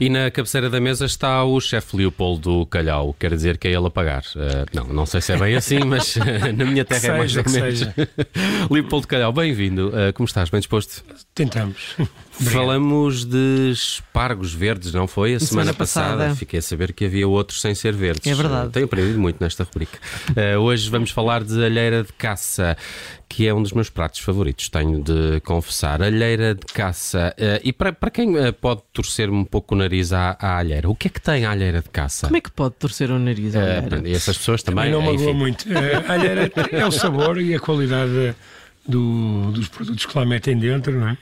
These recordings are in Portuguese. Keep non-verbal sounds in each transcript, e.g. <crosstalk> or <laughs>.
E na cabeceira da mesa está o chefe Leopoldo Calhau, quer dizer que é ele a pagar. Eh, não, não sei se é <laughs> bem assim, mas eh, na minha terra é mais Seja ou que menos. seja. <laughs> Leopoldo Calhau, bem-vindo. Eh, como estás? Bem disposto? Tentamos. Falamos de espargos verdes, não foi? A semana, semana passada. passada. fiquei a saber que havia outros sem ser verdes. É verdade. Eh, Tenho aprendido muito nesta <laughs> rubrica. Eh, hoje vamos falar de alheira de caça, que é um dos meus pratos favoritos, tenho de confessar. Alheira de caça. Eh, e para, para quem eh, pode torcer-me um pouco o nariz à, à alheira, o que é que tem a alheira de caça? Como é que pode torcer o nariz? Eh, olha? e essas pessoas também, Mas não eh, enfim. magoa muito. Eh, olha, era- é o sabor e a qualidade eh, do- dos produtos que lá metem dentro, não é?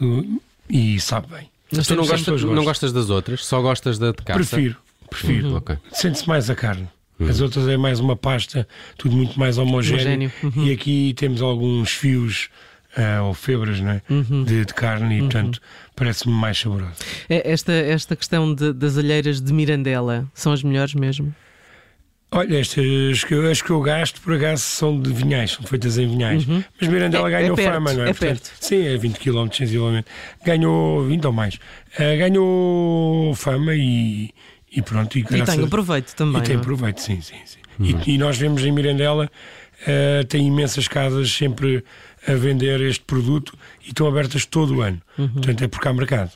Do- e sabe bem. Mas tu não, Sempre gostas, os não gostos. gostas das outras, só gostas da de caça? Prefiro, prefiro. Uhum. Ok. Uhum. Sente-se mais a carne. As outras é mais uma pasta, tudo muito mais homogéneo. Homogéneo, uhum. E aqui temos alguns fios ah, ou febras não é? Uhum. de, de carne e, portanto, parece-me mais saboroso. É, Esta, esta questão de- das alheiras de Mirandela são as melhores mesmo? Olha, estas que, eu- as que eu gasto, por acaso, são de vinhais, são feitas em vinhais. Mas Mirandela É- é ganhou perto, fama, não é? é Portanto, perto. Sim, é 20 km, sensivelmente. Ganhou 20 ou mais. Ah, ganhou fama e, e pronto. E, E graças- tenho proveito também. E tem não é? Uhum. proveito, sim, sim. sim. E, e nós vemos em Mirandela, eh, tem imensas casas sempre a vender este produto e estão abertas todo o ano. Uhum. Portanto, é porque há mercado.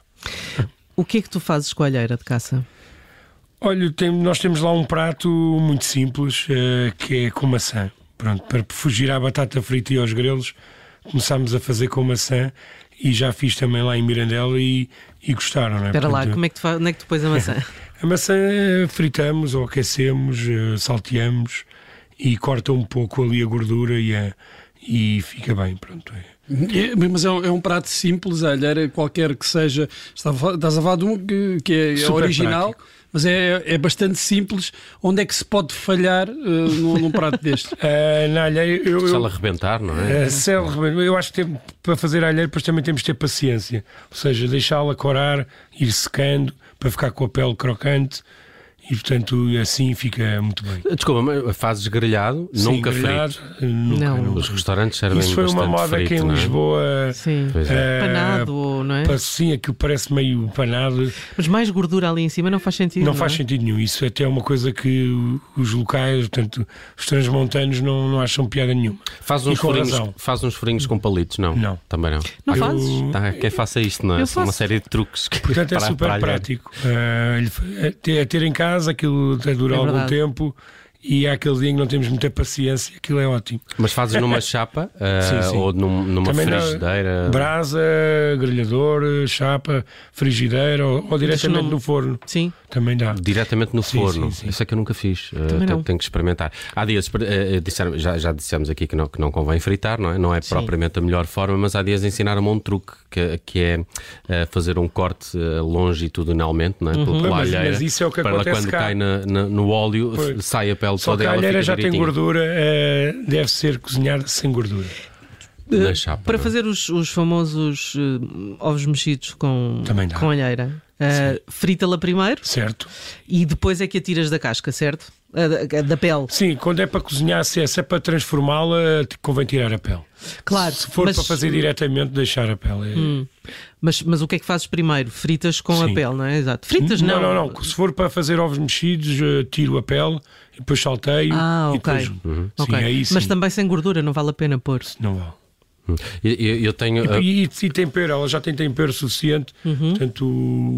O que é que tu fazes com a alheira de caça? Olha, tem- nós temos lá um prato muito simples, eh, que é com maçã. Pronto, para fugir à batata frita e aos grelos, começámos a fazer com maçã e já fiz também lá em Mirandela e, e gostaram, não é? Espera lá, Portanto, como é que tu fa- onde é que tu pões a maçã? A maçã eh, fritamos ou aquecemos, eh, salteamos e corta um pouco ali a gordura e, a- e fica bem, pronto. é. É, mas é um, é um prato simples, a alheira qualquer que seja. Está a fa- Estás a falar de um que, que é Super original, mas é, é bastante simples. Onde é que se pode falhar eh, num, num prato deste? Ah, na alheira, eu, Se ela eu, arrebentar, não é? ah, se ela rebenta, eu acho que tem- para fazer alheira depois também temos de ter paciência, ou seja, deixá-la corar, ir secando para ficar com a pele crocante e portanto assim fica muito bem. Desculpa, mas fazes grelhado, nunca grelhado, frito. <laughs> Nunca, Não. nunca. Os restaurantes servem Isso foi uma bastante moda frito, que em não é? Lisboa. Sim. Pois é. ah, Panado, ou não é? Parece- Sim, aquilo parece meio panado. Mas mais gordura ali em cima não faz sentido. Não faz é? sentido nenhum. Isso até é uma coisa que o- os locais, portanto, os transmontanos não, não acham piada nenhuma. Faz E uns, com furinhos, razão. faz uns furinhos com palitos, não? Não. Também não. Não Há- fazes? Tá, quem faça isto, não é? Eu São uma faço. série de truques que Portanto, é para- super para alhear. prático. Ah, ele fa- é ter, é ter em casa, aquilo até dura É algum verdade. tempo e há aquele dia em que não temos muita paciência, aquilo é ótimo. Mas fazes numa chapa eh, Sim, sim. ou num- numa Também não- frigideira. Brasa, grelhador, chapa, frigideira ou, ou diretamente não- no forno. Sim. Também dá. Diretamente no Sim, forno. sim, sim. Isso é que eu nunca fiz. Eh, Também tenho- não. Tenho que experimentar. Há dias, eh, eh, disseram- já, já dissemos aqui que não, que não convém fritar, não é? Não é propriamente a melhor forma, mas há dias ensinaram-me um truque que, que é eh, fazer um corte eh, longitudinalmente, não é? Pela- pela Mas- mas alheira, isso é o que para ela, acontece quando cá. cai na- na- no óleo, Pois. f- sai a pele Só toda que a ela alheira fica já tem direitinha. gordura, eh, deve ser cozinhada sem gordura. na chapa. Para não é? fazer os, os famosos eh, ovos mexidos com, Também dá. com alheira, eh, frita-la primeiro Certo? e depois é que a tiras da casca, certo? Ah, da, da pele. Sim, quando é para cozinhar, se é, se é para transformá-la, te convém tirar a pele. Claro, Se for mas- Hum. para fazer diretamente, deixar a pele. É- Mas, mas o que é que fazes primeiro? Fritas com a Sim. pele, não é? Exato. Fritas não. não, não, não. Se for para fazer ovos mexidos, eh, tiro a pele, e depois salteio Ah, e ok. depois. Uhum. Sim, Ok. aí sim. Mas também sem gordura, não vale a pena pôr. Não vale. Eu, Hum. eu- eu tenho. eh, E, e- e tempero, ela já tem tempero suficiente, Uhum. portanto,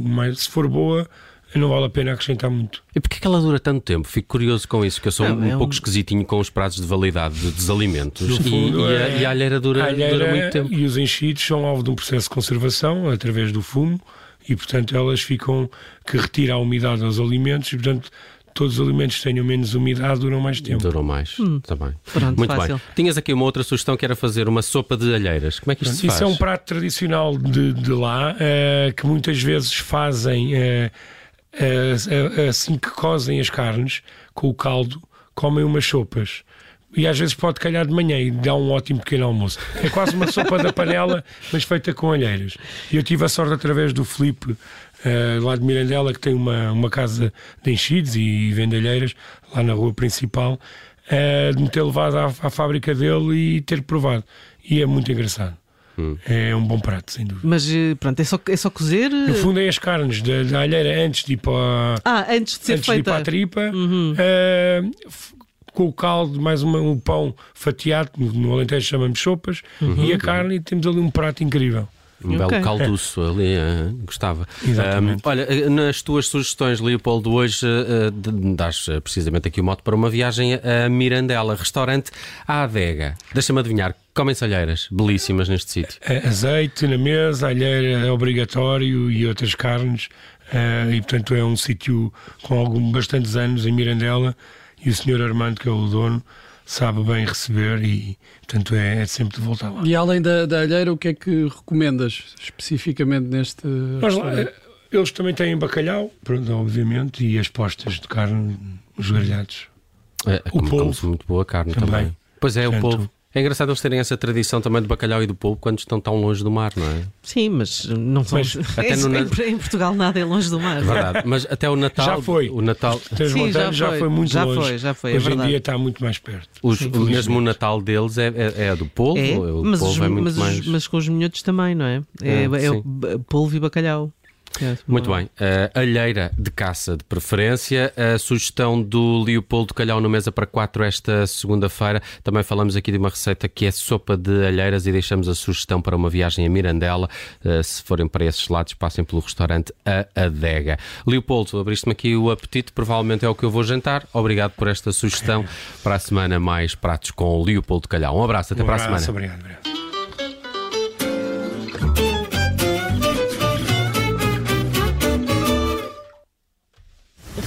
mas se for boa, não vale a pena acrescentar muito. E porquê que ela dura tanto tempo? Fico curioso com isso, que eu sou Não, um, é um- pouco esquisitinho com os prazos de validade de- dos alimentos. No E- fundo, e, a, é- e a alheira dura, A alheira dura muito tempo. E os enchidos são alvo de um processo de conservação através do fumo e, portanto, elas ficam que retira a umidade aos alimentos e, portanto, todos os alimentos que tenham menos umidade duram mais tempo. Hum. Durou mais, também. Pronto, Muito fácil. bem. Tinhas aqui uma outra sugestão que era fazer uma sopa de alheiras. Como é que isto se faz? Isso é um prato tradicional de, de lá eh, que muitas vezes fazem eh, eh, eh, assim que cozem as carnes com o caldo, comem umas sopas. E às vezes pode calhar de manhã e dá um ótimo pequeno almoço. É quase uma sopa da panela, mas feita com alheiras. E eu tive a sorte através do Filipe, eh, lá de Mirandela, que tem uma, uma casa de enchidos e vende alheiras, lá na rua principal, eh, de me ter levado à, à fábrica dele e ter provado. E é muito engraçado. É um bom prato, sem dúvida. Mas eh, pronto, é só, é só cozer. No fundo é as carnes da, da alheira antes de ir para, Ah, antes de ser antes de ir para feita. Uhum. a tripa, eh, f- com o caldo, mais uma, um pão fatiado, no, no Alentejo chamamos sopas, e a carne, e temos ali um prato incrível. Um belo Ok. calduço ali, ah, gostava. Exatamente. Ah, olha, ah, nas tuas sugestões, Leopoldo, hoje ah, ah, d- dás ah, precisamente aqui o mote para uma viagem a Mirandela, restaurante à adega. Deixa-me adivinhar, comem-se alheiras belíssimas neste sítio. Eh, azeite na mesa, alheira é obrigatório e outras carnes, eh, e portanto é um sítio com algum, bastantes anos em Mirandela, e o senhor Armando, que é o dono, sabe bem receber e portanto é, é sempre de voltar lá. E além da, da alheira, o que é que recomendas especificamente neste. Mas lá, restaurante? eh, eles também têm bacalhau, pronto, obviamente, e as postas de carne, os grelhados. Ah, come- polvo. come-se muito boa carne também. Também. Pois é, o Portanto- polvo. É engraçado eles terem essa tradição também do bacalhau e do polvo quando estão tão longe do mar, não é? Sim, mas não são. <laughs> Mas até é, no- em, em Portugal nada é longe do mar. É <laughs> verdade. Mas até o Natal. Já foi. O <laughs> Natal. Três Sim, já montanhas já foi, foi muito já longe. foi, já foi, é Hoje em verdade. dia está muito mais perto. Os, Sim, o- mesmo o felizmente. Natal deles é, é, é a do polvo. É, o mas, os- polvo é muito mas os- mais. mas com os minhotos também, não é? É, É, é, sim. o b- polvo e bacalhau. É, Muito bom. bem. Eh, alheira de caça de preferência. A sugestão do Leopoldo Calhau no Mesa para 4 esta segunda-feira. Também falamos aqui de uma receita que é sopa de alheiras e deixamos a sugestão para uma viagem a Mirandela. Eh, se forem para esses lados, passem pelo restaurante A Adega. Leopoldo, abriste-me aqui o apetite. Provavelmente é o que eu vou jantar. Obrigado por esta <laughs> sugestão. Para a semana, mais pratos com o Leopoldo Calhau. Um abraço. Até Um para a abraço, semana. Obrigado, obrigado.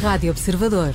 Rádio Observador.